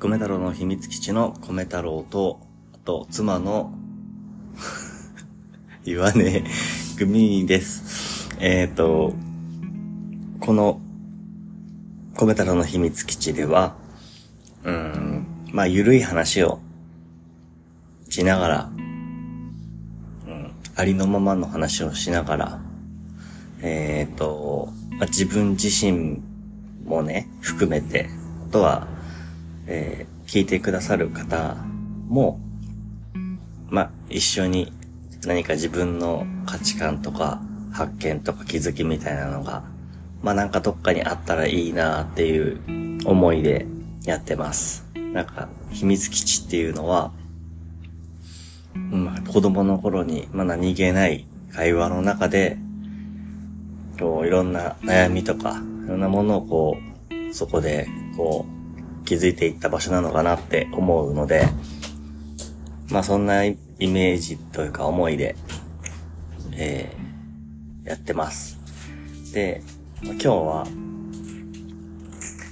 米太郎の秘密基地の米太郎と、あと、妻の、 言わねえ、グミです。えっ、ー、と、この、米太郎の秘密基地では、うーん、まあ、ゆるい話をしながら、うん、ありのままの話をしながら、えっ、と、まあ、自分自身もね、含めて、あとは、えー聞いてくださる方も、まあ、一緒に何か自分の価値観とか発見とか気づきみたいなのが、まあなんかどっかにあったらいいなっていう思いでやってます。なんか、秘密基地っていうのは、うんまあ子供の頃に、まあ何気ない会話の中で、こう、いろんな悩みとか、いろんなものをこう、そこで、こう、気づいていった場所なのかなって思うので、まあそんなイメージというか思いで、えー、やってます。で、まあ今日は、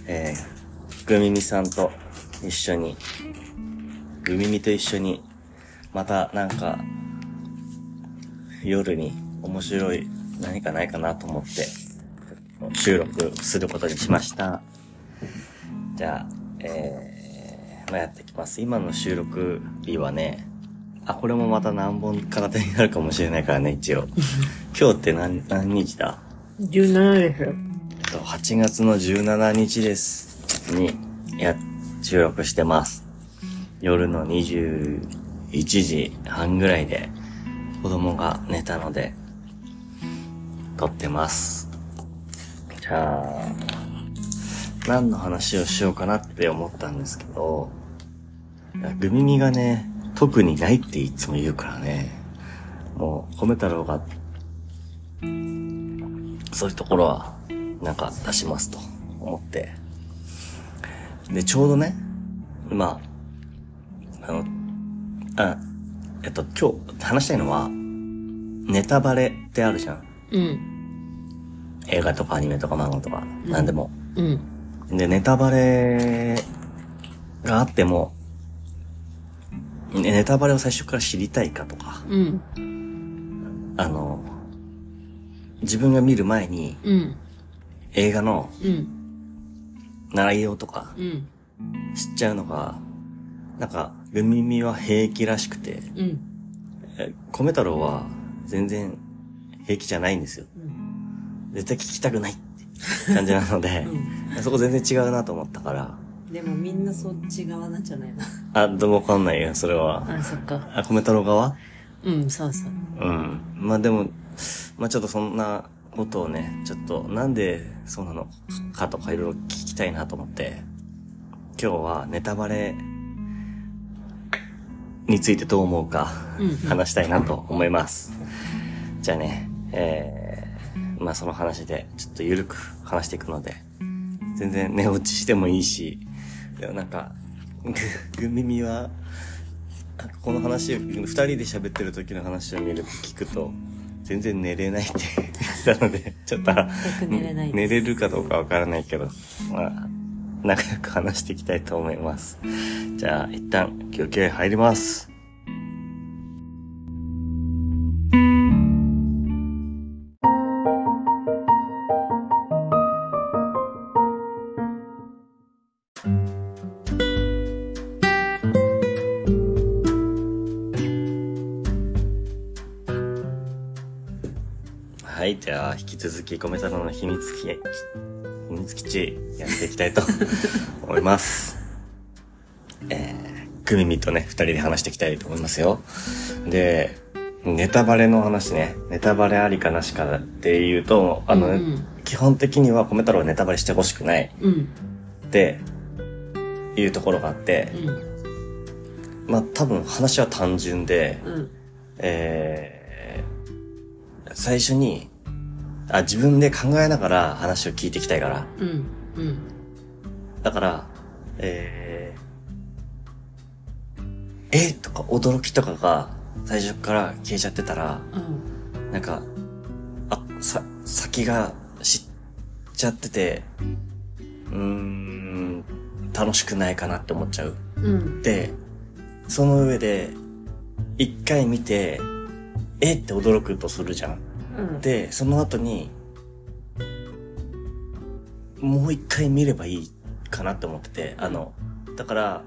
えー、グミミさんと一緒に、グミミと一緒に、またなんか、夜に面白い何かないかなと思って、収録することにしました。じゃあ、えー、まあ、やっていきます。今の収録日はね、あ、これもまた何本から手になるかもしれないからね、一応。今日って何、何日だ17ですよ。えっと8月の17日です。に、や、収録してます。夜の21時半ぐらいで、子供が寝たので、撮ってます。じゃあ、何の話をしようかなって思ったんですけど、いやグミミがね、特にないっていつも言うからね、もう、米太郎がそういうところは、なんか出しますと思って。で、ちょうどね、今、あの、あ、えっと、今日話したいのは、ネタバレってあるじゃん。うん。映画とかアニメとか漫画とか、なんでも。うん。で、ネタバレがあっても、ねネタバレを最初から知りたいかとか、うん。あの、自分が見る前にうん。映画のうん。内容とかうん。知っちゃうのが、なんか、ルミミは平気らしくて、うん。え米太郎は全然平気じゃないんですよ。うん。絶対聞きたくないって感じなの で、そこ全然違うなと思ったから、でもみんなそっち側なんじゃないのあ、どうもわかんないよ、それは。あ、そっか。あ、米太郎側うん、そうそう。うん。まあでも、まあちょっとそんなことをね、ちょっとなんでそうなのかとかいろいろ聞きたいなと思って、今日はネタバレについてどう思うかうん話したいなと思います。じゃあね、えー、まあその話でちょっとゆるく話していくので、全然寝落ちしてもいいし、でもなんか、ぐ、ぐ耳は、この話を、二人で喋ってる時の話を見る、聞くと、全然寝れないって 言ってたので、ちょっと、く寝れないです寝れるかどうかわからないけど、まあ、仲良く話していきたいと思います。じゃあ、一旦、休憩入ります。はい、じゃあ、引き続き、米太郎の秘密基地、秘密基地、やっていきた いと思います。えー、くみみとね、二人で話していきたいと思いますよ。で、ネタバレの話ね。ネタバレありかなしかっていうと、あの、うんうん基本的には米太郎はネタバレしてほしくないうん。っていうところがあってう、ん。まあ多分話は単純で、うん。えー、最初に、あ、自分で考えながら話を聞いていきたいから。うん。うん。だから、えー、えとか驚きとかが最初から消えちゃってたら、うん。なんか、あ、さ、先が知っちゃってて、うーん、楽しくないかなって思っちゃう。うんで、その上で、一回見て、えって驚くとするじゃん。うんで、その後に、もう一回見ればいいかなって思ってて、あの、だから、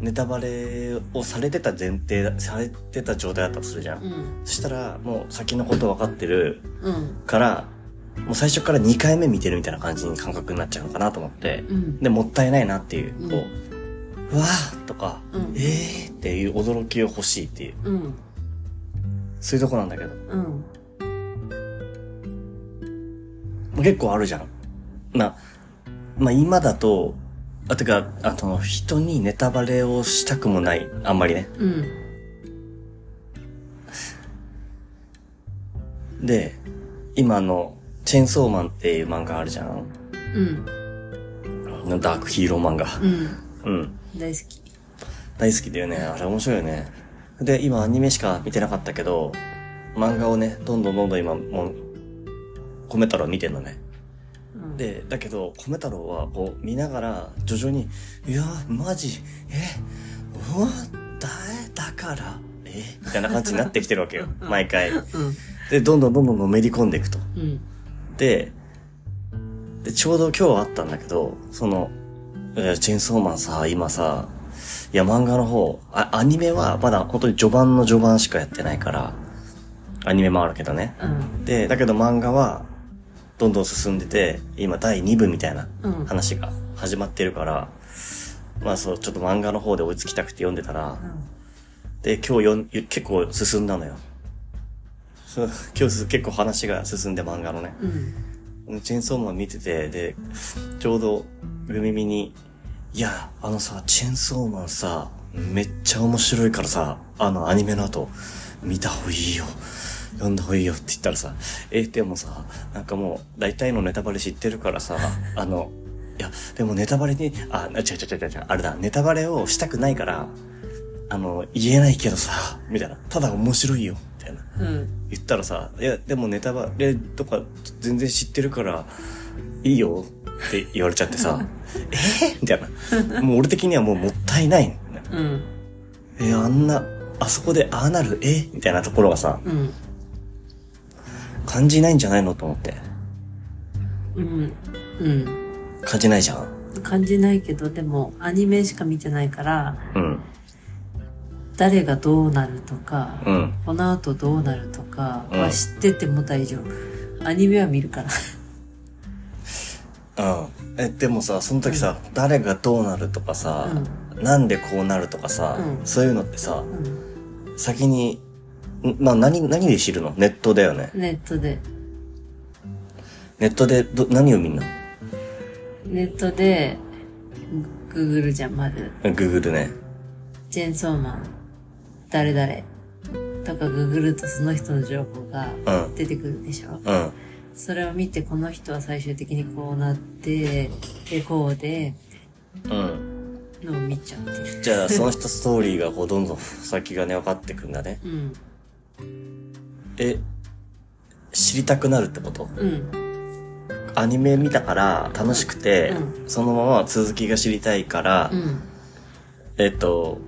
ネタバレをされてた前提だ、されてた状態だったとするじゃん。うんそしたら、もう先のこと分かってるうんから、もう最初から2回目見てるみたいな感じに感覚になっちゃうのかなと思って、うんで、もったいないなっていう、こうんう、うわーとか、うんえーっていう驚きを欲しいっていう、うんそういうとこなんだけど、うん結構あるじゃん。な、まあ今だと、あ、てか、あの、人にネタバレをしたくもない、あんまりね。うんで、今の、チェーンソーマンっていう漫画あるじゃん。うんダークヒーロー漫画。うんうん。大好き大好きだよね。あれ面白いよね。で、今アニメしか見てなかったけど、漫画をね、どんどんどんどん今、もう、米太郎見てんのね。うんで、だけど、米太郎はこう見ながら徐々に、いやー、マジ、え、うわ、だ、だから、え、みたいな感じになってきてるわけよ。毎回。うんで、どんどんどんどんのめり込んでいくと。うんで、で、ちょうど今日あったんだけど、その、えーチェーンソーマンさ、今さ、いや、漫画の方、あ、アニメはまだ本当に序盤の序盤しかやってないから、アニメもあるけどね。うんで、だけど漫画は、どんどん進んでて、今第2部みたいなうん話が始まってるから、まあそう、ちょっと漫画の方で追いつきたくて読んでたら、で、今日読ん結構進んだのよ。そう今日す結構話が進んで漫画のね。うんチェーンソーマン見てて、で、ちょうど、ルミミに、いや、あのさ、チェーンソーマンさ、めっちゃ面白いからさ、あのアニメの後、見た方がいいよ。読んだ方がいいよって言ったらさ、え、でもさ、なんかもう、大体のネタバレ知ってるからさ、あの、いや、でもネタバレに、あ、違う違う違う違う、あれだ、ネタバレをしたくないから、あの、言えないけどさ、みたいな、ただ面白いよ、みたいな。うん言ったらさ、いや、でもネタバレとか全然知ってるから、いいよって言われちゃってさ、 えみたいな。もう俺的にはもうもったいない。うんえ、あんな、あそこでああなる、えみたいなところがさ、うん感じないんじゃないのと思って。うんうん感じないじゃん。感じないけどでもアニメしか見てないからうん。誰がどうなるとかうん。この後どうなるとかうんは知ってても大丈夫アニメは見るからうん。え、でもさ、その時さ、誰がどうなるとかさ、なんでこうなるとかさ、うんそういうのってさう、ん先に、んな、何、何で知るのネットだよね。ネットでネットでど、何を見んのネットでググるじゃんまずグーグルね。チェーンソーマン誰々とかググるとその人の情報がうん。出てくるでしょうん。それを見てこの人は最終的にこうなってでこうでうん。のを見ちゃってるじゃあ、その人ストーリーがこう、どんどん先がね、分かってくんだね。うんえ、知りたくなるってことうんアニメ見たから楽しくて、うそのまま続きが知りたいから、うんえっと、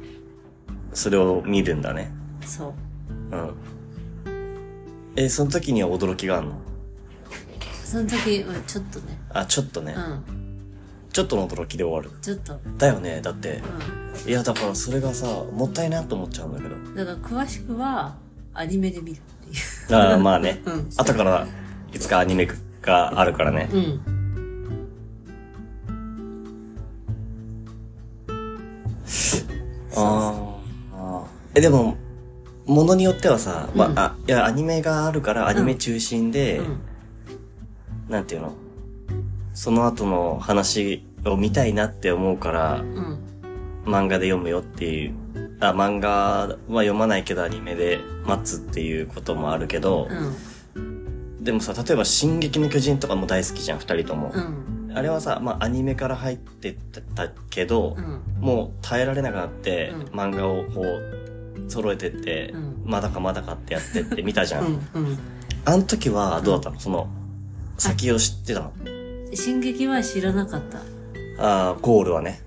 それを見るんだね。そううん。え、その時には驚きがあるのその時はちょっとねあ、ちょっとね、うんちょっとの驚きで終わる。ちょっとだよね、だって。ういや、だからそれがさ、もったいないと思っちゃうんだけど。んだから詳しくはアニメで見るっていうああ、まあね。うん後から、いつかアニメがあるからね。うんああ。え、でも、ものによってはさ、まあ、うんあ、いや、アニメがあるから、アニメ中心で、うんなんていうのその後の話を見たいなって思うから、うん漫画で読むよっていう。あ、漫画は読まないけどアニメで待つっていうこともあるけど、うんでもさ、例えば進撃の巨人とかも大好きじゃん、二人ともう。んあれはさ、まあアニメから入ってたけど、うんもう耐えられなくなって、うん漫画をこう揃えてって、うんまだかまだかってやってって見たじゃん、うんうんあの時はどうだったのその先を知ってたの進撃は知らなかった。ああゴールはね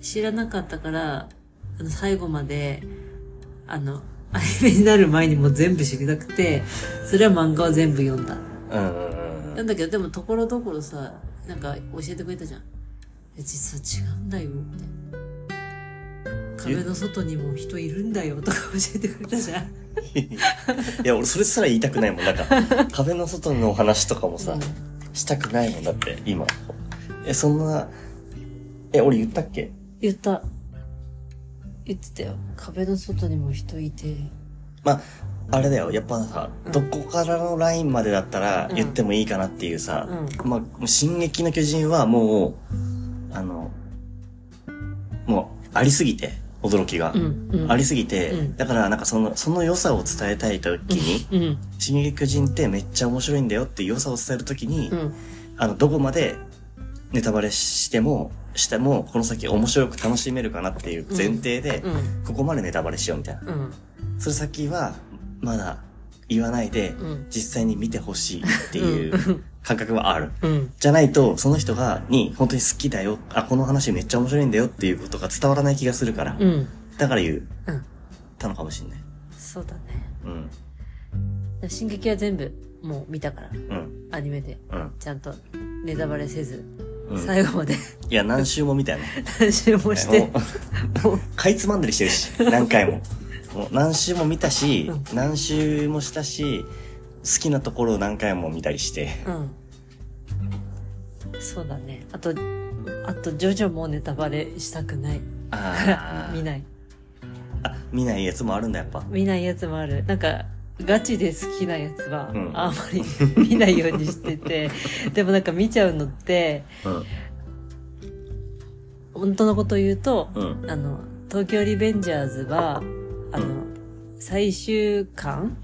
知らなかったから、あの、最後まで、あの、アニメになる前にもう全部知りたくて、それは漫画は全部読んだ。うんうんうんなんだけど、でもところどころさ、なんか教えてくれたじゃん。いや実は違うんだよ、って。壁の外にも人いるんだよ、とか教えてくれたじゃん。いや、俺それすら言いたくないもん。 なんか、壁の外のお話とかもさ、うんしたくないもんだって、今。え、そんな、え、俺言ったっけ言った。言ってたよ。壁の外にも人いて。まあ、あれだよ。やっぱさ、うんどこからのラインまでだったらうん言ってもいいかなっていうさ、うまあ、もう進撃の巨人はもう、あの、もう、ありすぎて、驚きが。ん。うん。ありすぎて、うんだからなんかその、その良さを伝えたいときに、うん。進撃の巨人ってめっちゃ面白いんだよっていう良さを伝えるときに、うん。あの、どこまでネタバレしても、しても、この先面白く楽しめるかなっていう前提で、うん。ここまでネタバレしようみたいな。うん。それ先は、まだ言わないで、うん。実際に見てほしいっていう感覚はある。うん。じゃないと、その人が、に、本当に好きだよ。あ、この話めっちゃ面白いんだよっていうことが伝わらない気がするから。うん。だから言う。うんたのかもしんない。そうだね。うん。だから進撃は全部、もう見たから。うん。アニメで。うん。ちゃんと、ネタバレせず、うん。い最後まで や、何周もみたいな。何周もしても。うもうかいつまんだりしてる し、何回も。もう何周も見たしうん、何周もしたし、好きなところを何回も見たりして。うん。そうだね。あと、あと、ジョジョもネタバレしたくないから、 見ーない。あ、見ないやつもあるんだ、やっぱ。見ないやつもあるなんかガチで好きなやつはうんあんまり見ないようにし てて、でもなんか見ちゃうのってうん。本当のこと言うとうん。あの東京リベンジャーズはあの、う最終巻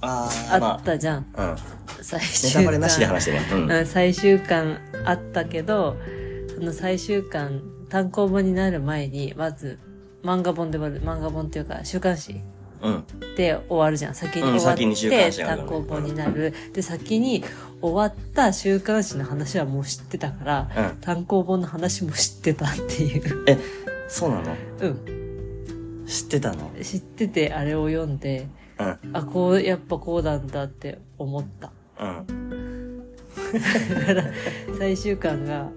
あー、あまったじゃん、あ、うん。最ネ終タ巻バレなしで話してね。うん。うん最終巻あったけどその最終巻単行本になる前にまず漫画本で終わる漫画本っていうか週刊誌うん。で終わるじゃん先にうん終わっ先に週刊誌てがある単行本になる、で先に終わった週刊誌の話はもう知ってたからうん。単行本の話も知ってたっていう、 そうなのうん、知ってたの知っててあれを読んでうん。あこうやっぱこうなんだって思ったうん。だから最終巻が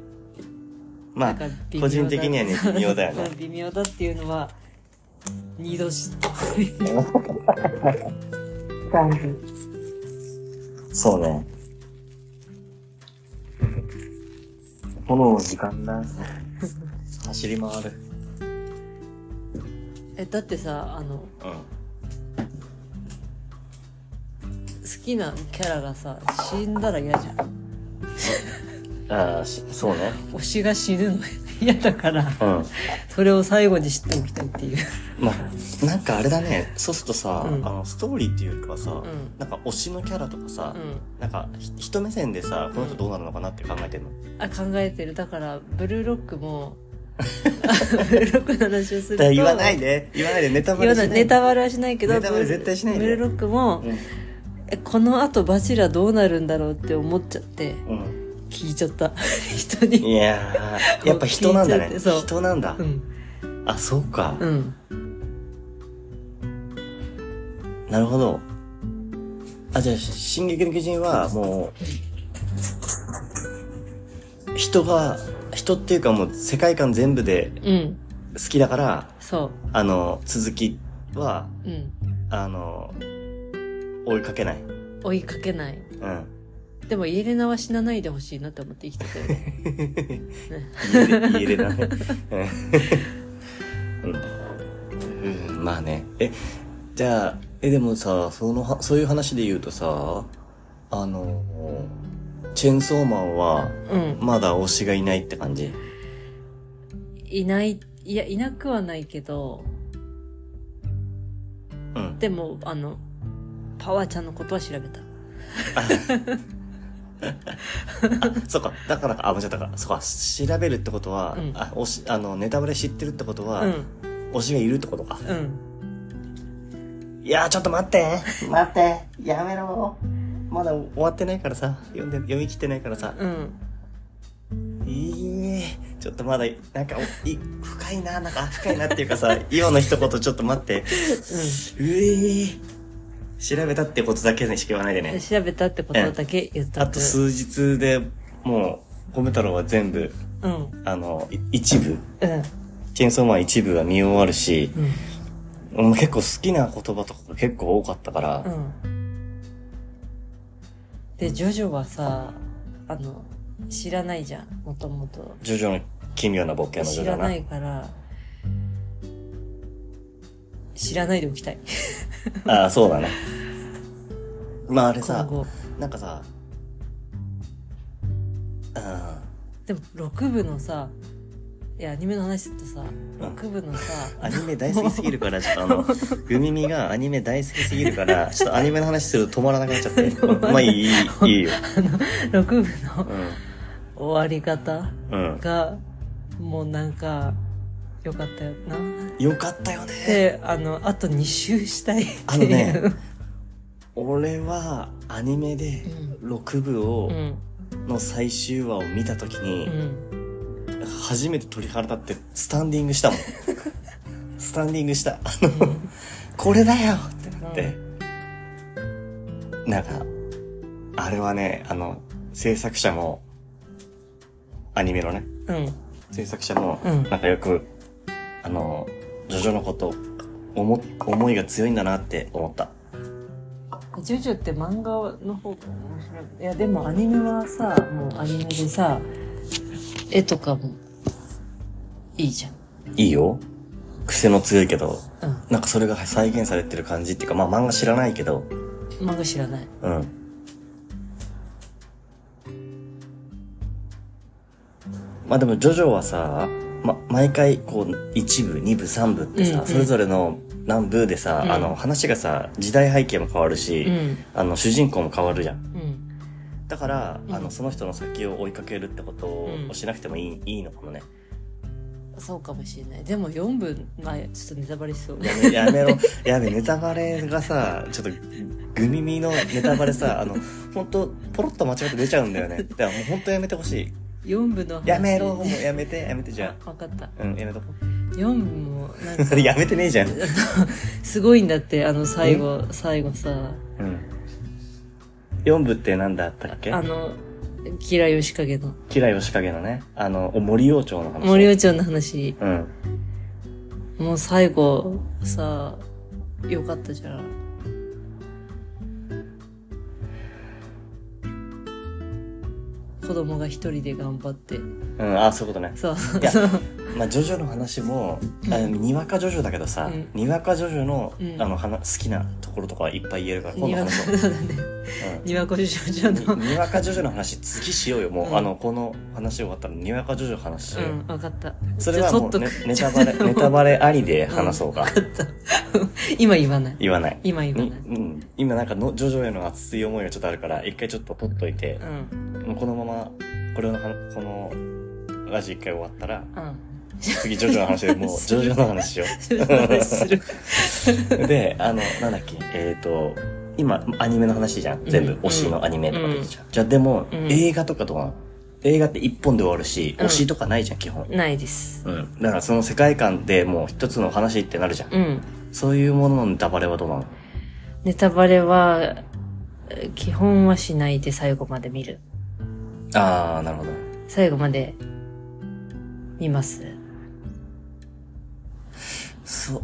まなあんか、微妙だ個人的にはね、微妙だよまあね。 微妙だっていうのは二度知った感じそうね。炎の時間だ。走り回る。えだってさあのうん。好きなキャラがさ死んだら嫌じゃんああ、しそうね。推しが死ぬの 嫌だからうん。それを最後に知っておきたいっていうまあ、なんかあれだね。そうするとさ、うんあの、ストーリーっていうかさ、んなんか推しのキャラとかさ、うんなんかひ人目線でさ、この人どうなるのかなって考えてんの。あ考えてるだからブルーロックもブルーロックの話をするだからと言わないでで、言わないでネタバレ言しわなないいで。ネタバレはしないけどネタバレ絶対しないでブルーロックも、えこのあとバチラどうなるんだろうって思っちゃってうん。うん。聞いちゃった 人にいやー、やっぱ人なんだ聞いちゃっね。てそう人なんだ。うんあ、そうか。うんなるほど。あ、じゃあ、進撃の巨人は、もう、人が、人っていうかもう世界観全部でうん好きだから、そあの、続きは、ううんあの、追いかけない。追いかけないうん。でもイエレナは死なないでほしいなって思って生きてたよ ね言えれ、言え れだね。うんうん。うん、まあね。え、じゃあ、え、でもさ、そのは、そういう話で言うとさ、あの、チェンソーマンは、うんまだ推しがいないって感じ。いない、いや、いなくはないけど、うん。でも、あの、パワーちゃんのことは調べた。そうか。だからか、あ、間違ったか。そうか。調べるってことは、うんあ、推し、あの、ネタバレ知ってるってことは、うん、推しがいるってことか。うん。いやー、ちょっと待って。 待って。やめろ。まだ終わってないからさ。読んで、読み切ってないからさ。うん。いいえ。ちちょっとまだ、なんか、おい深いな、なんか、深いなっていうかさ、今の一言ちょっと待って、うえー、調べたってことだけにしか言わないでうん。ね。調べたってことだけ言っとく。あと数日でもう、米太郎は全部、うん。あの、い一部、うん。チェーンソーマン一部は見終わるし、うん。うん結構好きな言葉とか結構多かったから、うん。で、ジョジョはさ、あの、知らないじゃん、もともと。ジョジョの奇妙な冒険のジョジ知ョらだな。ないから、知らないでおきたい。ああ、そうだね。まああれ今さ、後。なんかさ、あでも、6部のさ、いや、アニメの話するとさ、6部のさ、 あ、アニメ大好きすぎるから、ちょっとあの、グミミがアニメ大好きすぎるから、ちょっとアニメの話すると止まらなくなっちゃって。まあいい、いい、いいよ。 6部のう終わり方ん。うん。が、もうなんか、よかったよな。よかったよね。で、あの、あと2周したいっていう。あのね俺は、アニメでう6部をう、ん。の最終話を見たときうに、ん。初めて鳥肌立って、スタンディングしたもん。スタンディングした。これだよってなって、なんか、あれはね、あの、制作者も、アニメのね、うん。制作者も、うんなんかよく、あの、ジョジョのこと、思、思いが強いんだなって思った。ジョジョって漫画の方が面白い。いや、でもアニメはさ、もうアニメでさ、絵とかも、いいじゃん。いいよ癖の強いけど、うなんかそれが再現されてる感じっていうか、まあ漫画知らないけど、ん。漫画知らない。うん。まあでも、ジョジョはさ、ま、毎回、こう、一部、二部、三部ってうんさ、うんそれぞれの何部でさ、うんあの、話がさ、時代背景も変わるし、うん。あの、主人公も変わるじゃん。うん。だから、うんあの、その人の先を追いかけるってことうをんしなくてもいい,、いいのかもね。そうかもしれない。でも4分、まあ、ちょっとネタバレしそう。や め、やめろ。やべ、ネタバレがさ、ちょっと、グミミのネタバレさ、あの、ほんと、ポロッと間違って出ちゃうんだよね。だからもうほんとやめてほしい。 4部の話。やめろ、もうやめて、やめてじゃあわかった。あ。うん、やめとこ4部も、なんかう。、 やめてねえじゃん。すごいんだって、あの、最後、最後さ、うん。4部って何だったっけあの、キラヨシカゲの、吉良義景のね、あの、お森王朝の話。森尾町の話、うん。もう最後さよかったじゃん子供が一人で頑張ってうん、あ、そういうことね。そういや、まあ、ジョジョの話も、あうんにわかジョジョだけどさ、うんにわかジョジョの、うんあの、はな好きなところとかいっぱい言えるから、今に度わか話そう。そうだねにわこ少女う のんににわかジョジョの話、次しようよ。もう、うんあの、この話終わったら、にわかジョジョの話しうようよん分かったそれはもうじゃねあ取っとくネタ バレ、ネタバレありで話そうか。今言わない言わない。今言わにないうん、今なんかのジョジョへの熱い思いがちょっとあるから一回ちょっと取っといてう、んもうこのままこれの話このラジ一回終わったらうん 次ジョジョの話でもうジョジョの話しよ少女の話するう であのなんだっけえっ、と今アニメの話じゃん全部、うん推しのアニメとか出てきちゃう、じゃあでも、うん映画とかとは映画って一本で終わるし、うん推しとかないじゃん基本ないですうん、だからその世界観でもう一つの話ってなるじゃん、うんそういうもののネタバレはどうなのネタバレはえー基本はしないで最後まで見るああなるほど最後まで見ますそう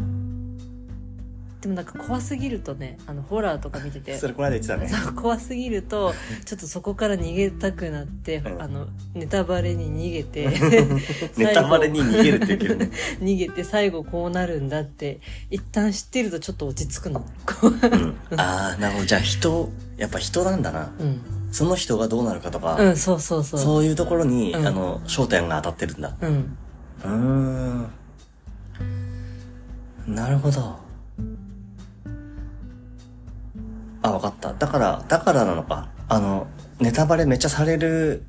でもなんか怖すぎるとねあのホラーとか見ててそれこの間言ってたねそう怖すぎるとちょっとそこから逃げたくなって、うんあのネタバレに逃げて ネタバレに逃げるって いうけどね。逃げて最後こうなるんだって一旦知ってるとちょっと落ち着くの。こううん、ああ、なるほど。じゃあ人、やっぱ人なんだな。うん、その人がどうなるかとか、うん、そうそうそう。そういうところに、うんあの、焦点が当たってるんだ。うん、うーん。なるほど。あ、わかった。だから、だからなのか。あの、ネタバレめっちゃされる、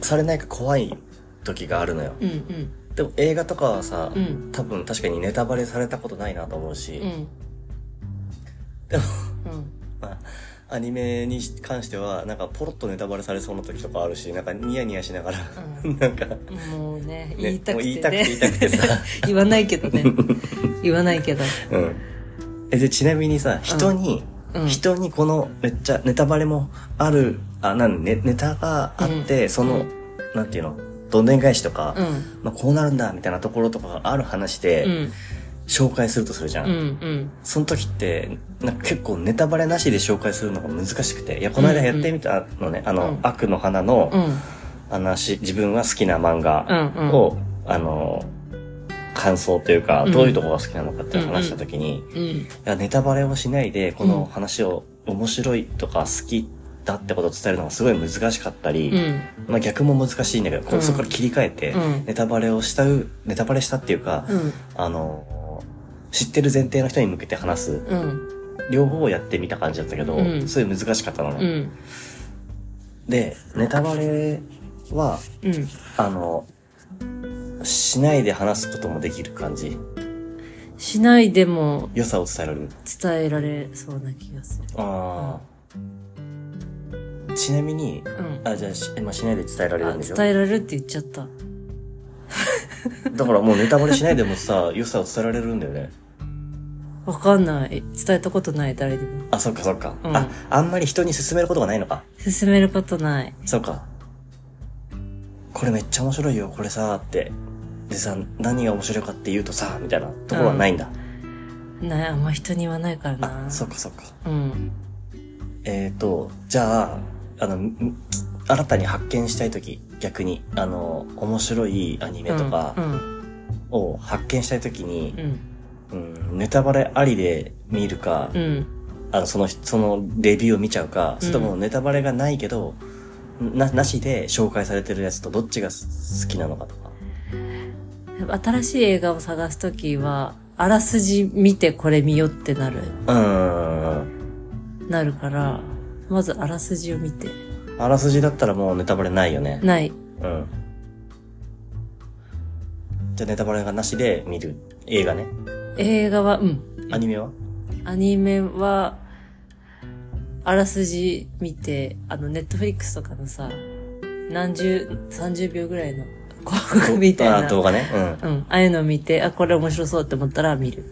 されないか怖い時があるのよ。うん、うん、でも映画とかはさ、うん、多分確かにネタバレされたことないなと思うし、うん。でもうん、まあ、アニメに関しては、なんかポロッとネタバレされそうな時とかあるし、なんかニヤニヤしながら、うなんか、ね、もうね、言いたくもうて、言いね。たくて言いたくてさ。 言わないけどね。言わないけど。うん。え、で、ちなみにさ、人に、うん。人にこのめっちゃネタバレもある、あ、なんね、ネタがあって、うんその、うんなんていうの、どんでん返しとか、うん。まあ、こうなるんだ、みたいなところとかがある話で、うん。紹介するとするじゃうん。うん。その時って、なんか結構ネタバレなしで紹介するのが難しくて、いや、この間やってみたのね、あの、うん悪の花のうん。うん。話、自分は好きな漫画うん。を、あの、感想というか、うんどういうとこが好きなのかって話した時に、うん。いやネタバレをしないで、こうんの話を面白いとか好きだってことを伝えるのがすごい難しかったり、うん。まあ逆も難しいんだけど、こううんそこから切り替えて、うんネタバレをしたう、ネタバレしたっていうか、うん。あの、知ってる前提の人に向けて話すうん。両方やってみた感じだったけど、うんすごい難しかったのね、うん。で、ネタバレは、うん。あの、しないで話すこともできる感じ。しないでも良さを伝えられる。伝えられそうな気がする。ああ。ちなみに、うん。あ、じゃあし、今しないで伝えられるあ、んでしょ伝えられるって言っちゃった。だからもうネタバレしないでもさ、 良さを伝えられるんだよね。わかんない。伝えたことない、誰にも。あ、そっかそっか、うんあ、あんまり人に勧めることがないのか。進めることない。そっか。これめっちゃ面白いよ、これさ、って。でさ、何が面白いかって言うとさ、みたいなところはないんだ。ない、あんま人に言わないからな。あ、そっかそっか。うん。えーと、じゃあ、あの、ん新たに発見したいとき、逆に、あの、面白いアニメとうかん。を発見したいときにう、ん。うん、ネタバレありで見るかう、ん。あの、その、そのレビューを見ちゃうか、それともネタバレがないけど、な、なしで紹介されてるやつとどっちが好きなのかとか。うん新しい映画を探すときは、あらすじ見てこれ見よってなる、うーん。なるから、まずあらすじを見て。あらすじだったらもうネタバレないよね。ない。うん。じゃあネタバレがなしで見る映画ね。映画は、うん。アニメはアニメは、あらすじ見て、あの、ネットフリックスとかのさ、何十、30秒ぐらいの広告 みたいあな。動画ね。うん。うん。ああいうのを見て、あ、これ面白そうって思ったら見る。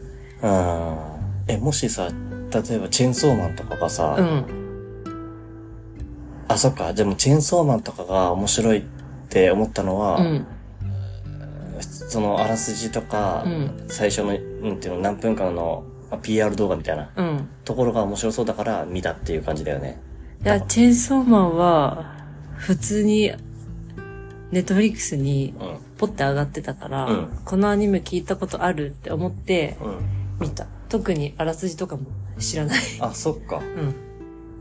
あーえ、もしさ、例えばチェーンソーマンとかがさ、うん。あ、そっか、でもチェーンソーマンとかが面白いって思ったのは、うん。そのあらすじとか、うん最初の、なんていうの、何分間のまあ PR 動画みたいなうん。ところが面白そうだから見たっていう感じだよね。いや、チェーンソーマンは、普通に、ネットフリックスにうん。ポッて上がってたから、うんこのアニメ聞いたことあるって思ってうん。見た。特にあらすじとかも知らない。あ、そっか。うん。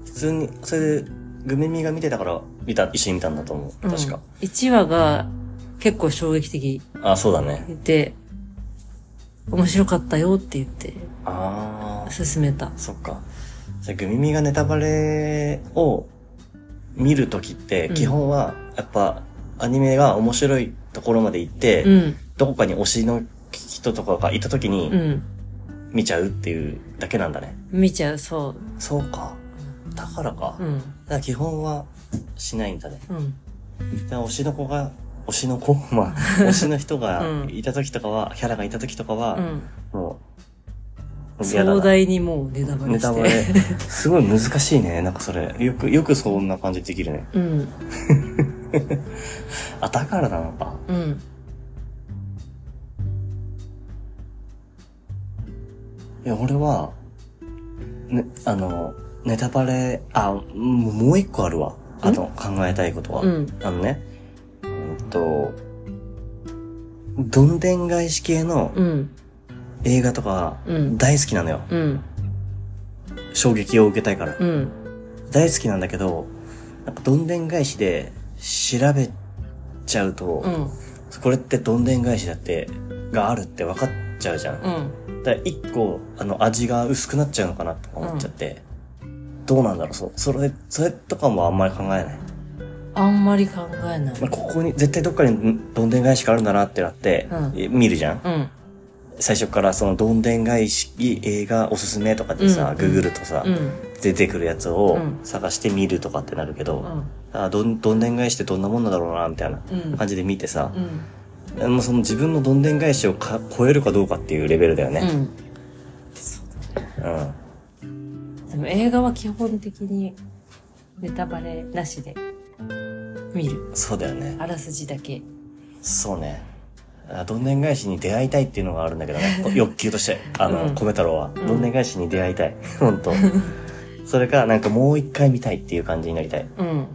普通に、それで、グメミが見てたから、見た、一緒に見たんだと思う。確か。うん。1話が結構衝撃的あ、そうだね。で、面白かったよって言って、ああ。勧めた。そっか。じゃあ、グミミがネタバレを見るときってうん、基本は、やっぱ、アニメが面白いところまで行って、うん。どこかに推しの人とかがいたときうにん。見ちゃうっていうだけなんだね。見ちゃう、そそうか。だからか。う。うだん。から基本はしないんだね。うん。じゃあ、推しの子が、推しの子 まあ、推しの人がうんいたときとかは、キャラがいたときとかうは、ん。もう、嫌だ壮な大にもうネタバレネして。タバ レ。すごい難しいね。なんかそれ。よく、よくそんな感じできるね。うん。あ、だからなのか。うん。いや、俺は、ね、あの、ネタバレ、あ、もうもう一個あるわ。あの、考えたいことは。うん。あのね、うんと、どんでん返し系のうん。映画とかうん、大好きなのよ。うん。衝撃を受けたいから。うん。大好きなんだけど、なんかどんでん返しで調べちゃうと、うん。これってどんでん返しだって、があるって分かっちゃうじゃん。だかうん。ら一個、あの、味が薄くなっちゃうのかなとか思っちゃって。どうなんだろう、そう。それ、それとかもあんまり考えない。あんまり考えない。まあここに、絶対どっかにんどんでん返しがあるんだなってなって、うんえ見るじゃん。うん。最初からそのどんでん返し映画おすすめとかでさ、うんググるとさ、うん。出てくるやつをうん探して見るとかってなるけど、うんあどん、どんでん返しってどんなもんなんだろうな、みたいなうん感じで見てさう、んもうその自分のどんでん返しをか超えるかどうかっていうレベルだようね。んうん。でも映画は基本的にネタバレなしで見るそうだよね。あらすじだけそうね。あどんでん返しに出会いたいっていうのがあるんだけど ね。こ欲求として。あの、うん米太郎は。んどんでん返しに出会いた い。本当それか、なんかもう一回見たいっていう感じになりたい。うん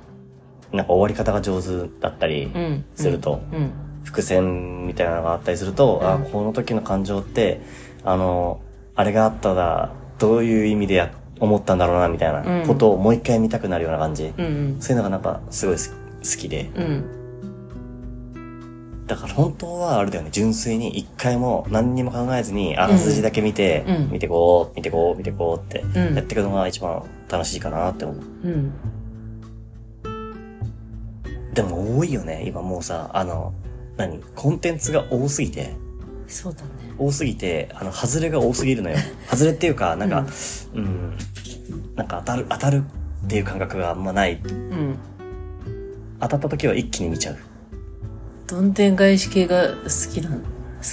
なんか終わり方が上手だったりうんすると、うん伏線みたいなのがあったりすると、あ、うんこの時の感情って、あの、あれがあったら、どういう意味でや、思ったんだろうな、みたいなことをもう一回見たくなるような感じ。うんそういうのがなんか、すごい好き好きで。うんうんだから本当はあれだよね、純粋に一回も何にも考えずに、あらすじだけ見て、うん見てこう、見てこう、見てこうって、うんやっていくのが一番楽しいかなって思う。うんでも多いよね、今もうさ、あの、何コンテンツが多すぎて、そうだね多すぎて、あの、外れが多すぎる のよ。外れっていうか、なんか、うん、なんか当たる、当たるっていう感覚があんまない。うん当たった時は一気に見ちゃう。どんでん返し系が好きな好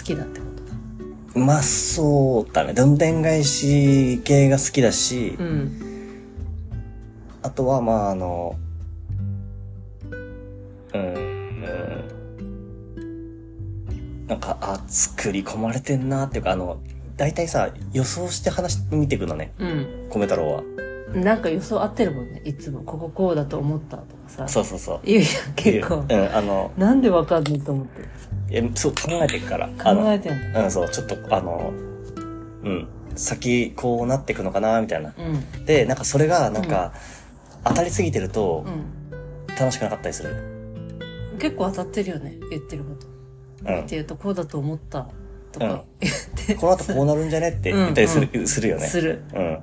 きだってことだまあ、そうだね。どんでん返し系が好きだし、うんあとは、まあ、あの、うん、うんなんか、あ、作り込まれてんなっていうか、あの、大体さ、予想して話して見ていくのね、うん米太郎は。なんか予想合ってるもんねいつもこここうだと思ったとかさそうそうそう。言うやん結構うん、あの、なんでわかんないと思ってえそう、考えてるから。あ考の、えてんだうん、そう、ちょっと、あの、うん、先、こうなっていくのかな、みたいな。うんで、なんか、それが、なんか、当たりすぎてるとう、ん楽しくなかったりする。結構当たってるよね言ってることうっん。ていうとこうだと思ったとか言って、この後こうなるんじゃねって言ったりする、するよね。する。うん。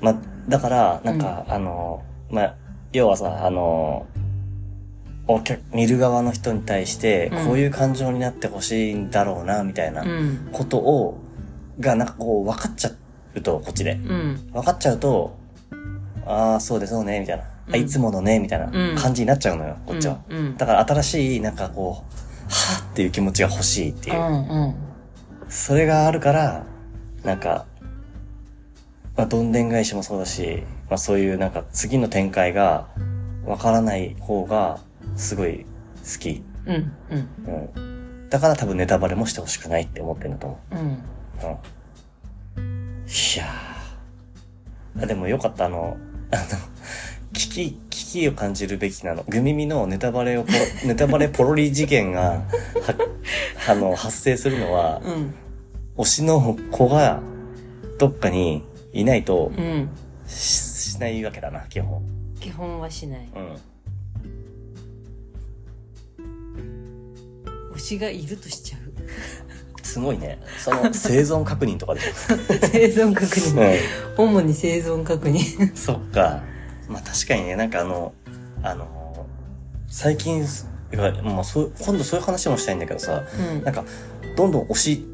まあ、だから、なんか、あの、まあ、要はさ、あの、お客、見る側の人に対してう、んこういう感情になってほしいんだろうな、みたいなうん。ことを、が、なんかこう、分かっちゃうと、こっちで。うん。分かっちゃうと、ああ、そうでそうね、みたいな。うあんいつものね、みたいなうん感じになっちゃうのよ、こっちは。うん。だから新しい、なんかこう、はぁっていう気持ちが欲しいっていうう。ん。うん。それがあるから、なんか、まあ、どんでん返しもそうだし、まあ、そういうなんか次の展開がわからない方がすごい好き。うん。うん。うん。だから多分ネタバレもしてほしくないって思ってるんだと思う。ううん。ん。いやー。あでもよかった、あの、あの、危機、危機を感じるべきなの。グミミのネタバレをポロ、ネタバレポロリ事件が、は、 あの、発生するのは、うん。推しの子がどっかにいないとうん。ししないわけだな、基本。基本はしない。うん。推しがいるとしちゃう。 すごいね。その生存確認とかでし生存確ょ。認。う主に生存確認。ん。そっか。まあ確かにね、なんかあの、あの、最近、いやまあ、そう今度そういう話もしたいんだけどさ、うんなんか、どんどん推し、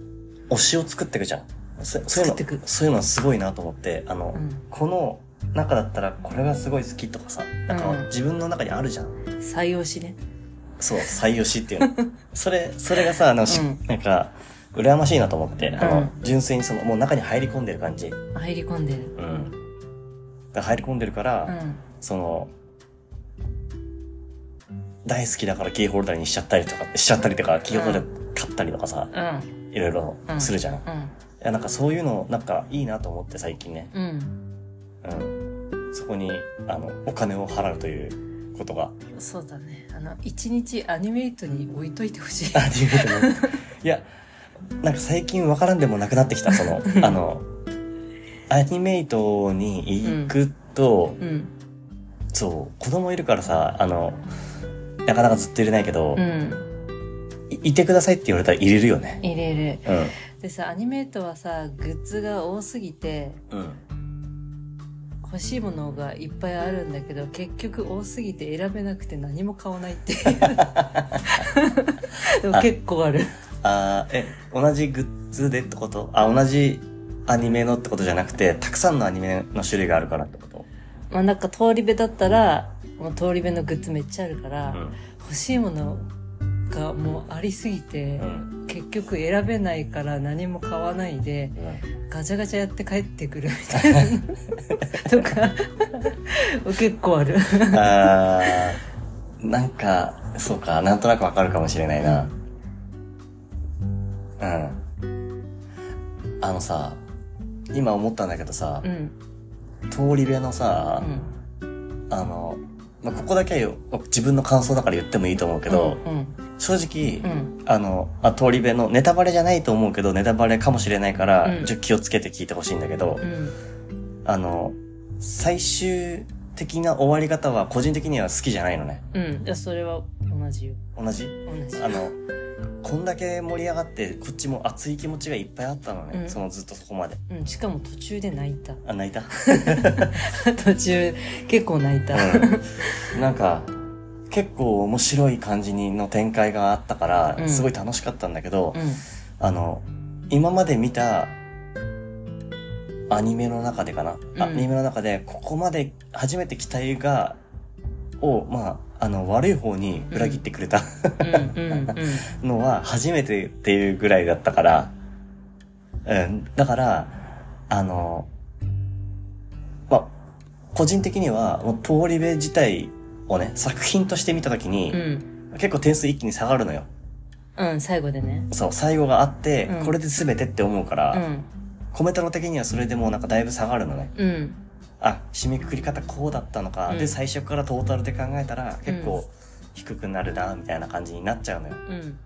推しを作っていくじゃん。そそういうの作っていくそういうのすごいなと思って、あの、うんこの中だったらこれがすごい好きとかさ、なんかうん自分の中にあるじゃん。採用しね。 そう、採用しっていうの。それ、それがさ、あの、しうんなんか、羨ましいなと思って、あの、うん純粋にその、もう中に入り込んでる感じ。う入り込んでる。ん。だから入り込んでるから、うん。その、大好きだからキーホルダーにしちゃったりとか、しちゃったりとか、キーホルダー買ったりとかさ、うん。いろいろするじゃん。いうん。や、なんかそういうの、なんかいいなと思って最近ね。うん。うん。そこに、あの、お金を払うということ が、そうだね。あの、一日アニメイトに置いといてほしい。あ、っていうことね。いや、なんか最近わからんでもなくなってきた、そ の、あの、アニメイトに行くと、うん。そう、子供いるからさ、あの、なかなかずっと入れないけど、うん。いいてくださいって言われたら入れるよね。入れる。うん。でさ、アニメイトはさ、グッズが多すぎて、うん。欲しいものがいっぱいあるんだけど結局多すぎて選べなくて何も買わないっていう でも結構あるあーえ、同じグッズでってことあ、同じアニメのってことじゃなくて、たくさんのアニメの種類があるからってこと。まあなんか通り部だったら、もう通り部のグッズめっちゃあるから、う欲しいものがもうありすぎて、ん。結局選べないから何も買わないで、うん。ガチャガチャやって帰ってくるみたいな のとか、結構ある。あーなんか、そうか、なんとなくわかるかもしれないな。うん。あのさ、今思ったんだけどさう、ん。通り部のうさ、ん。あの、まあ、ここだけはよ自分の感想だから言ってもいいと思うけど、うん。正直、うん。あの、あ、通り部のネタバレじゃないと思うけど、ネタバレかもしれないから、うんちょっと気をつけて聞いてほしいんだけど、うん。あの、最終的な終わり方は個人的には好きじゃないのね。うん。いや、それは同じよ。同じ同じ。あの、こんだけ盛り上がって、こっちも熱い気持ちがいっぱいあったのね。うんそのずっとそこまで。うん。しかも途中で泣いた。あ、泣いた途中、結構泣いた。うんなんか、結構面白い感じにの展開があったから、うんすごい楽しかったんだけど、うん。あの、今まで見た、アニメの中でかな、んアニメの中で、ここまで初めて期待が、を、まあ、あの、悪い方に裏切ってくれたうん。うん。うん。のは初めてっていうぐらいだったから、うん、だから、あの、まあ、個人的には、もう通り部自体をね、作品として見たときに、うん。結構点数一気に下がるのよ。うん、最後でね。そう、最後があって、うんこれで全てって思うから、うん。米太郎的にはそれでもうなんかだいぶ下がるのね。うん。あ、締めくくり方こうだったのか。うんで、最初からトータルで考えたら結構低くなるな、みたいな感じになっちゃうのよ。うん。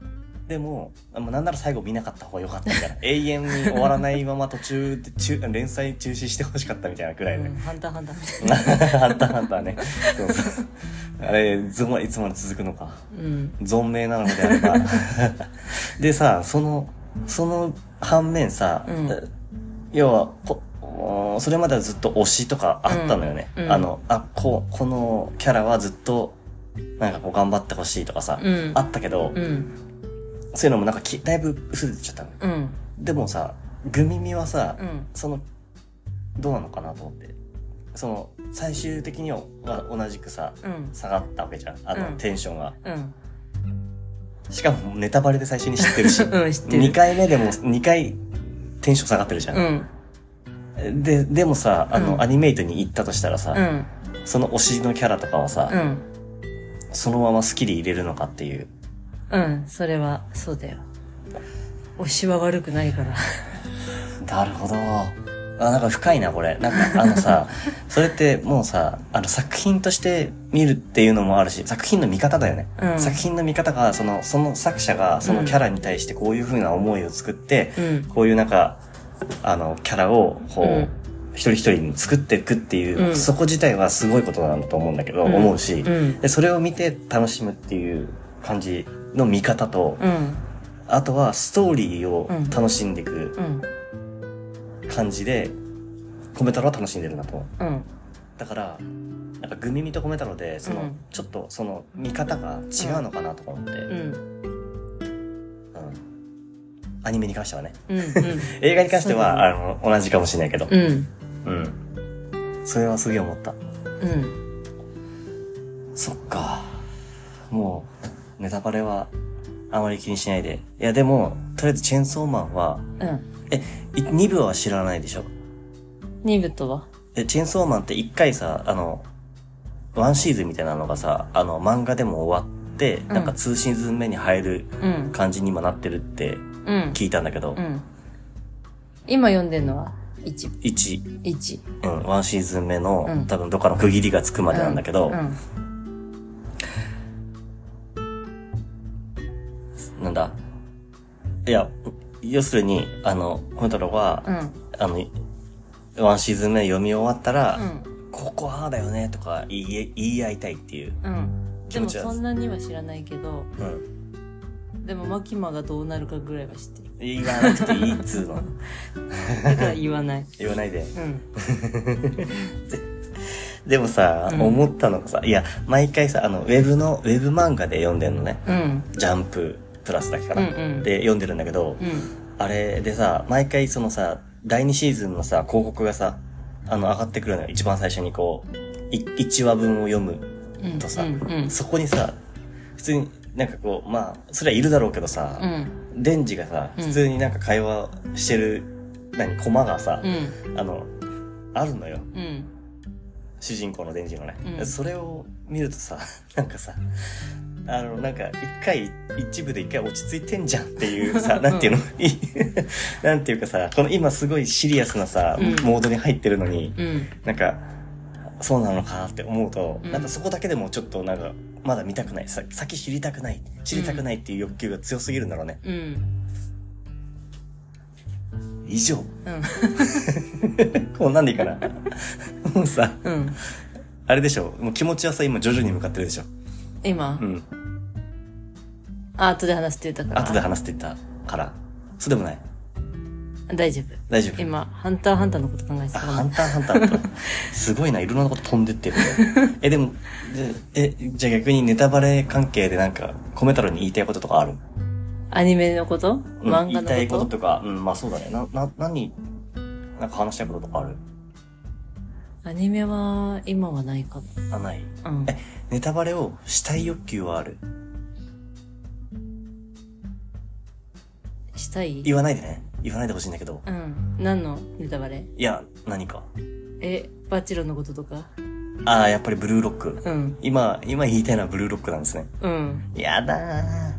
でも、あもうなんなら最後見なかった方が良かったみたい な。永遠に終わらないまま途中で中、連載中止してほしかったみたいなくらいのう。んハンターハンターみたい な。ハンターハンターね。そうそう。あれ、ずまいつまで続くのか。うん。存命なのであれ ば。でさ、その、その反面さ、うん要はこ、おそれまではずっと推しとかあったのよね。うんうんあの、あ、こう、このキャラはずっと、なんかこう頑張ってほしいとかさ、うんあったけど、うん。そういうのもなんかき、だいぶ薄れてっちゃったの。うん。でもさ、グミミはさ、うん。その、どうなのかなと思って。その、最終的にはは同じくさ、うん。下がったわけじゃん。あの、うんテンションが。うん。しかもネタバレで最初に知ってる し。うん、知って2る。回目でも2回テンション下がってるじゃ。うんん。で、でもさ、あの、うんアニメイトに行ったとしたらうさ、ん。その推しのキャラとかはうさ、ん。そのままスキリ入れるのかっていう。うん。それは、そうだよ。推しは悪くないから。なるほど。あ、なんか深いな、これ。なんか、あの さ、それってもうさ、あの作品として見るっていうのもあるし、作品の見方だよね。うん作品の見方が、その、その作者が、そのキャラに対してこういう風な思いを作って、うん。こういうなんか、あの、キャラを、こう、うん一人一人に作っていくっていう、うんそこ自体はすごいことなんだと思うんだけど、うん思うし、うん。で、それを見て楽しむっていう感じの見方と、うん。あとはストーリーをうん楽しんでいくうん。感じで、米太郎は楽しんでるなと思う。うん。だから、なんか、グミミと米太郎で、その、うんちょっと、その、見方が違うのかなとか思って、うん。うんアニメに関してはね。うん。映画に関しては、そうだあの、同じかもしれないけど、うん。うん。それはすげえ思った。うん。そっか。もう、ネタバレは、あまり気にしないで。いや、でも、とりあえず、チェーンソーマンは、うん。い2部は知らないでしょ。二部とはで、チェーンソーマンって1回さ、あの、ワンシーズンみたいなのがさ、あの、漫画でも終わって、んなんか2シーズン目に入るうん。感じに今なってるってうん。聞いたんだけどう、ん。今読んでるのは一部。 1、一。うん、ワンシーズン目の、うん多分どっかの区切りがつくまでなんだけど、うん。なんだ。いや、要するに、あの、コントロは、うん。あの、ワンシーズン目読み終わったら、うん。ここああだよねとか言い言い合いたいっていう。うん。気で持もちはそんなには知らないけど、うん。でもマキマがどうなるかぐらいは知ってる。言わなくていいっつう の。だから言わない。言わないで。うん。でもさ、うん思ったのがさ、いや、毎回さ、あの、ウェブの、ウェブ漫画で読んでんのね。うん。ジャンププラスだけかな。うんうんで、読んでるんだけど、うん。あれでさ、毎回そのさ、第2シーズンのさ、広告がさ、あの、上がってくるのよ。一番最初にこう、い1話分を読むうんとさ、うんうんそこにさ、普通になんかこう、まあ、それはいるだろうけどさ、うんデンジがさ、うん普通になんか会話してる、何、コマがさう、んあの、あるのよ。うん主人公のデンジのね、うんそれを見るとさ、 なんかさ、あの、なんか、一回、一部で一回落ち着いてんじゃんっていうさ、なんていうの いいなんていうかさ、この今すごいシリアスなさ、うんモードに入ってるのに、うんなんか、そうなのかなって思うと、うんなんかそこだけでもちょっとなんか、まだ見たくない。さ先知りたくない。知りたくないっていう欲求が強すぎるんだろうね。うん以上。うんこうなんでいいかな。 もうさ、うんあれでしょ。もう気持ちはさ、今徐々に向かってるでしょ。今、うん。あ後で話してたから後で話してたから。そうでもない。大丈夫大丈夫。今ハンターハンターのこと考えてあ、たハかンターハンターのこ と。すごいな、いろんなこと飛んでってるね。え、でも、でえ、じゃあ逆にネタバレ関係でなんか、コメ太郎に言いたいこととかあるらアニメのことうん漫言画いたいのここととか、うん、まあそうだね。な、な、何、なんか話したいこととかあるアニメは今はないかあ、ない。なうんえネタバレをしたい欲求はある。したい言わないでね。言わないでほしいんだけど。うん何のネタバレいや、何か。えバチェロのこととかああ、やっぱりブルーロック。うん今、今言いたいのはブルーロックなんですね。うんやだー。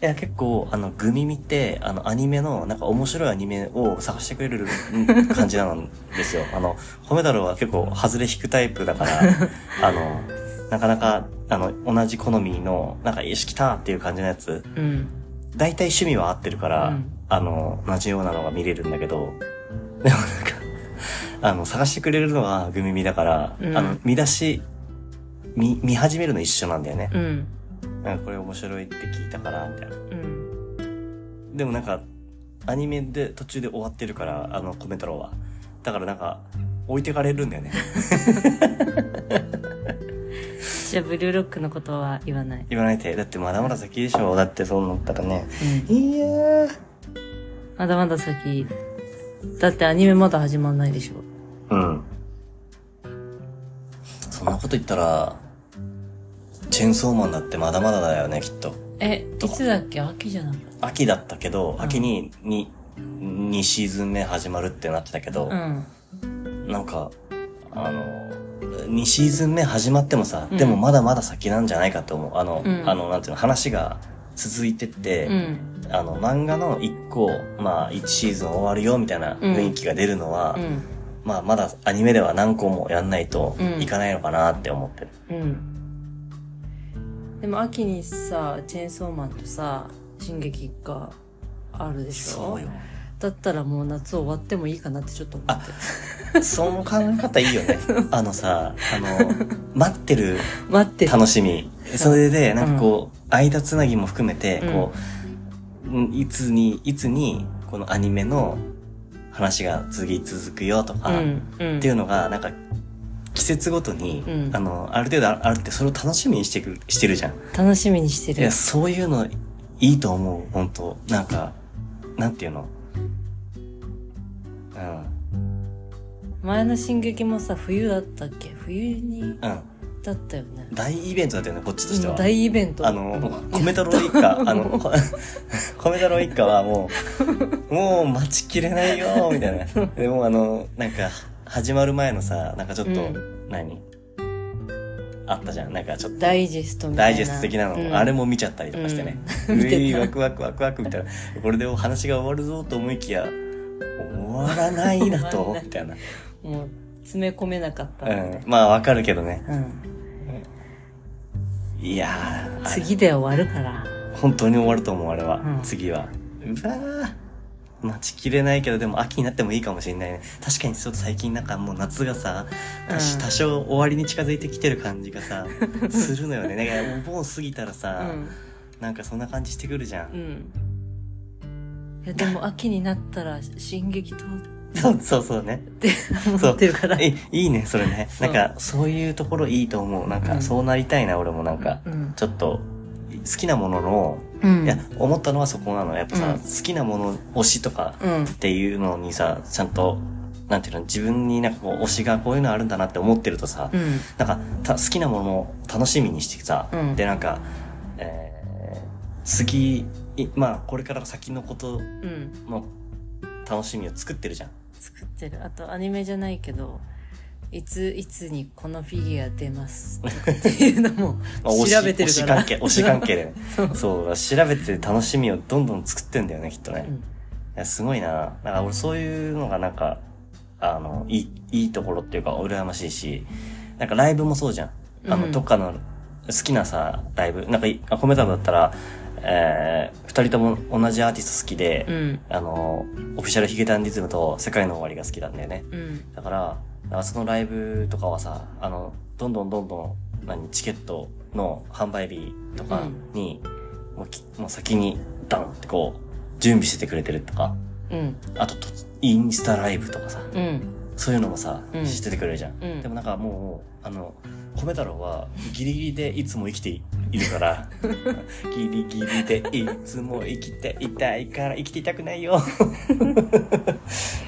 いや、結構、あの、グミミって、あの、アニメの、なんか面白いアニメを探してくれるうん感じなんですよ。 あの、褒め太郎は結構、外れ引くタイプだ から、あの、なかなか、あの、同じ好みの、なんか、よし、来たっていう感じのやつ、うん大体趣味は合ってるから、うんあの、同じようなのが見れるんだけど、でもなんか、あの、探してくれるのがグミミだから、うんあの、見出し、見、見始めるの一緒なんだよね。うんなんかこれ面白いって聞いたから、みたいな。うんでもなんか、アニメで途中で終わってるから、あの、コメ太郎は。だからなんか、置いてかれるんだよね。 じゃあブルーロックのことは言わない言わないで。だってまだまだ先でしょ。だってそうなったらね。うんいやー。まだまだ先だってアニメまだ始まんないでしょうん。そんなこと言ったら、チェーンソーマンだってまだまだだよね、きっと。えどいこつだっけ秋じゃなかっ秋だったけど、ん秋に、に、2シーズン目始まるってなってたけど、たうんなんか、あの、2シーズン目始まってもさ、うんでもまだまだ先なんじゃないかと思う。あの、うんあの、なんていうの、話が続いてって、うんあの、漫画の1個、まあ、1シーズン終わるよ、みたいな雰囲気が出るのは、うんまあ、まだアニメでは何個もやんないとうんいかないのかなって思ってる。うんでも秋にさチェーンソーマンとさ進撃があるでしょそうよ。だったらもう夏終わってもいいかなってちょっと思っ てその考え方いいよね。あのさ、あ の、待ってる待って楽しみ。それで、なんかこう、間つなぎも含めて、うんこう、うんいつに、いつに、このアニメの話が次続くよとうか、んうんっていうのが、なんか、季節ごとに、うんあの、ある程度ああるって、それを楽しみにしてくる、してるじゃん。楽しみにしているや、そういうの、いいと思う、本当なんか、なんていうの。うん、前の進撃もさ冬だったっけ冬にうん。だったよね大イベントだったよね、こっちとしては。うん大イベントあの、米太郎一家、あの、こ 米太郎一家はもう、もう待ちきれないよ、みたいな。でもあの、なんか、始まる前のさ、なんかちょっと、う何あったじゃん。なんかちょっと、ダイジェストみたダいイなジェスト的なの、うんあれも見ちゃったりとかしてね。ううん見てたい、ワクワクワクワクみたいな。これでお話が終わるぞと思いきや、終わらないな終わとらな、いみたいな。もう詰め込めなかったうん。まあわかるけどね。うんいやー、あれ次で終わるから本当に終わると思う、あれは。うん次は。うわー待ちきれないけど、でも秋になってもいいかもしれないね。確かにちょっと最近なんかもう夏がさ、多少うん多少終わりに近づいてきてる感じが さ、するのよね。なんかお盆過ぎたらうさ、んなんかそんな感じしてくるじゃ。うんんいやでも秋になったら進撃とそうそうそうね。思ってるからえ、いいね、それね。そなうんかそういうところいいと思う。なんうかんそうなりたいな、俺もなんか。うんちょっと、好きなものの、うん。いや、思ったのはそこなの。やっぱさ、うん好きなもの、推しとかうん。っていうのにさ、ちゃんと、なんていうの、自分になんかこう、推しがこういうのあるんだなって思ってるとさ、うん。なんかた、好きなものを楽しみにしてさ、うんで、なんか、えー、次、いまあ、これから先のことうん。の楽しみを作ってるじゃん。作ってる。あと、アニメじゃないけど、いつ、いつにこのフィギュア出ます とかっていうのもまあ、推し調べて推るしから。関係、推し関係だよね。 そう。そう、調べて楽しみをどんどん作ってんだよね、きっとね。うんいや、すごいな。なんか俺そういうのがなんか、あの、いい、いいところっていうか、羨ましいし、なんかライブもそうじゃん。あの、うんどっかの好きなさ、ライブ、なんかい、あコメントだったら、えー、二人とも同じアーティスト好きで、うん。あの、オフィシャルヒゲダンディズムと世界の終わりが好きなんだよね。うん。だから、なんかそのライブとかはさ、あの、どんどんどんどん、何、チケットの販売日とかに、もうきもう先に、ダンってこう、準備しててくれてるとか、うん。あとと、インスタライブとかさ、うん。そういうのもさ、うん知っててくれるじゃん。うんでもなんかもう、あの、米太郎はギリギリでいつも生きている から、ギリギリでいつも生きていたいから生きていたくないよ。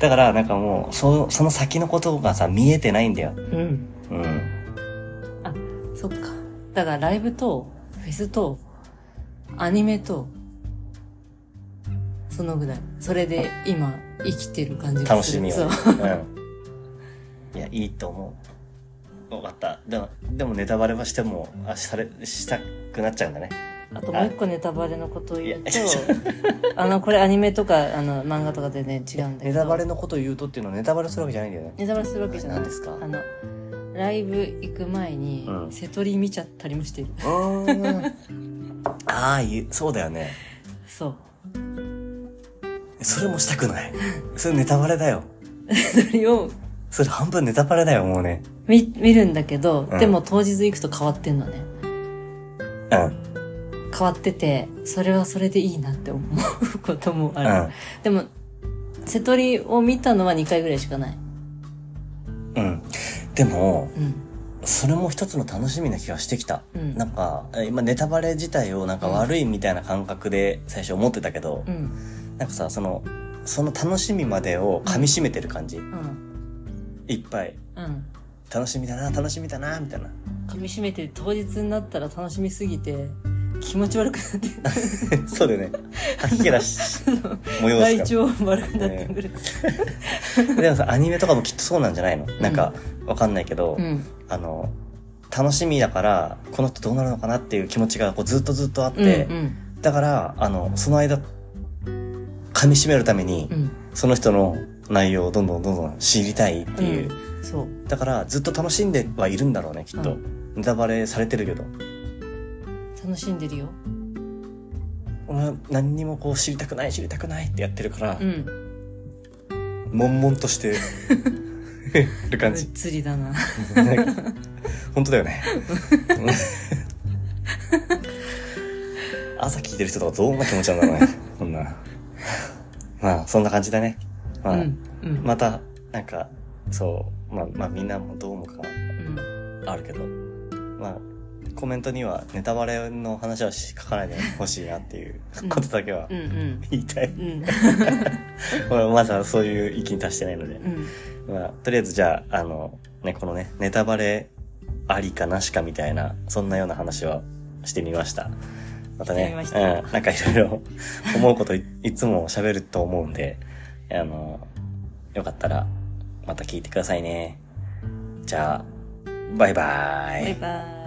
だからなんかもう、その、その先のことがさ、見えてないんだよ。うん。うん。そっか。だからライブと、フェスと、アニメと、そのぐらい。それで今、生きてる感じが楽すしる。みそよ、うね。。うん。いや、いいと思う。わかった。でも、でもネタバレはしても、あ、され、したくなっちゃうんだね。あともう一個ネタバレのことを言うといや、あの、これアニメとか、あの、漫画とか全然違うんだけネど。タバレのことを言うとっていうのはネタバレするわけじゃないん だよね。ネタバレするわけじゃない。何ですかあの、ライブ行く前にう、ん瀬戸り見ちゃったりもしてる。 ああ、いそうだよね。そう。それもしたくない。それネタバレだよ。瀬戸りをそれ半分ネタバレだよ、もうね。見、見るんだけど、うんでも当日行くと変わってんのね。うん、うん。変わってて、それはそれでいいなって思うこともある。でも、瀬戸りを見たのは2回ぐらいしかない。うん。でも、うん。それも一つの楽しみな気がしてきた。うん。なんか、え今ネタバレ自体をなんか悪いみたいな感覚で最初思ってたけどう、ん。なんかさ、その、その楽しみまでを噛み締めてる感じ。うん。いっぱい。うん。楽しみだな、楽しみだな、みたいな。噛み締めて当日になったら楽しみすぎて、気持ち悪くなっ て、そうだよね。吐き気だし、模様体 ですから。調悪くなってくる。でもさ、アニメとかもきっとそうなんじゃないの、なんか、わかんないけど、うん。あの、楽しみだから、この人どうなるのかなっていう気持ちがこうずっとずっとあって、うん。だから、あの、その間、噛み締めるために、うん。その人の内容をどんどんどんどん知りたいっていう。うん。そう。だから、ずっと楽しんではいるんだろうね、きっと。うネタバレされてるけど。楽しんでるよ。俺は何にもこう知りたくない、知りたくないってやってるから、うん。悶々として るう感っじ。つりだな。 本当だよね。朝聞いてる人とかどんな気持ちなんだろうね。こんな。まあ、そんな感じだね。まうあ、ん。うん。また、なんか、そう、まあ、まあみんなもどう思うかうんあるけど、まあ、コメントにはネタバレの話はし書かないでほしいなっていううんことだけはうん。うん。言いたい。うん。俺はまだそういう域に達してないので。うん。まあ、とりあえずじゃあ、あの、ね、このね、ネタバレありかなしかみたいな、そんなような話はしてみました。またしてねみ、ましうたん、なんかいろいろ 思うこといいつも喋ると思うんで、あの、よかったら、また聞いてくださいね。じゃあ、バイバーイ。バイバイ。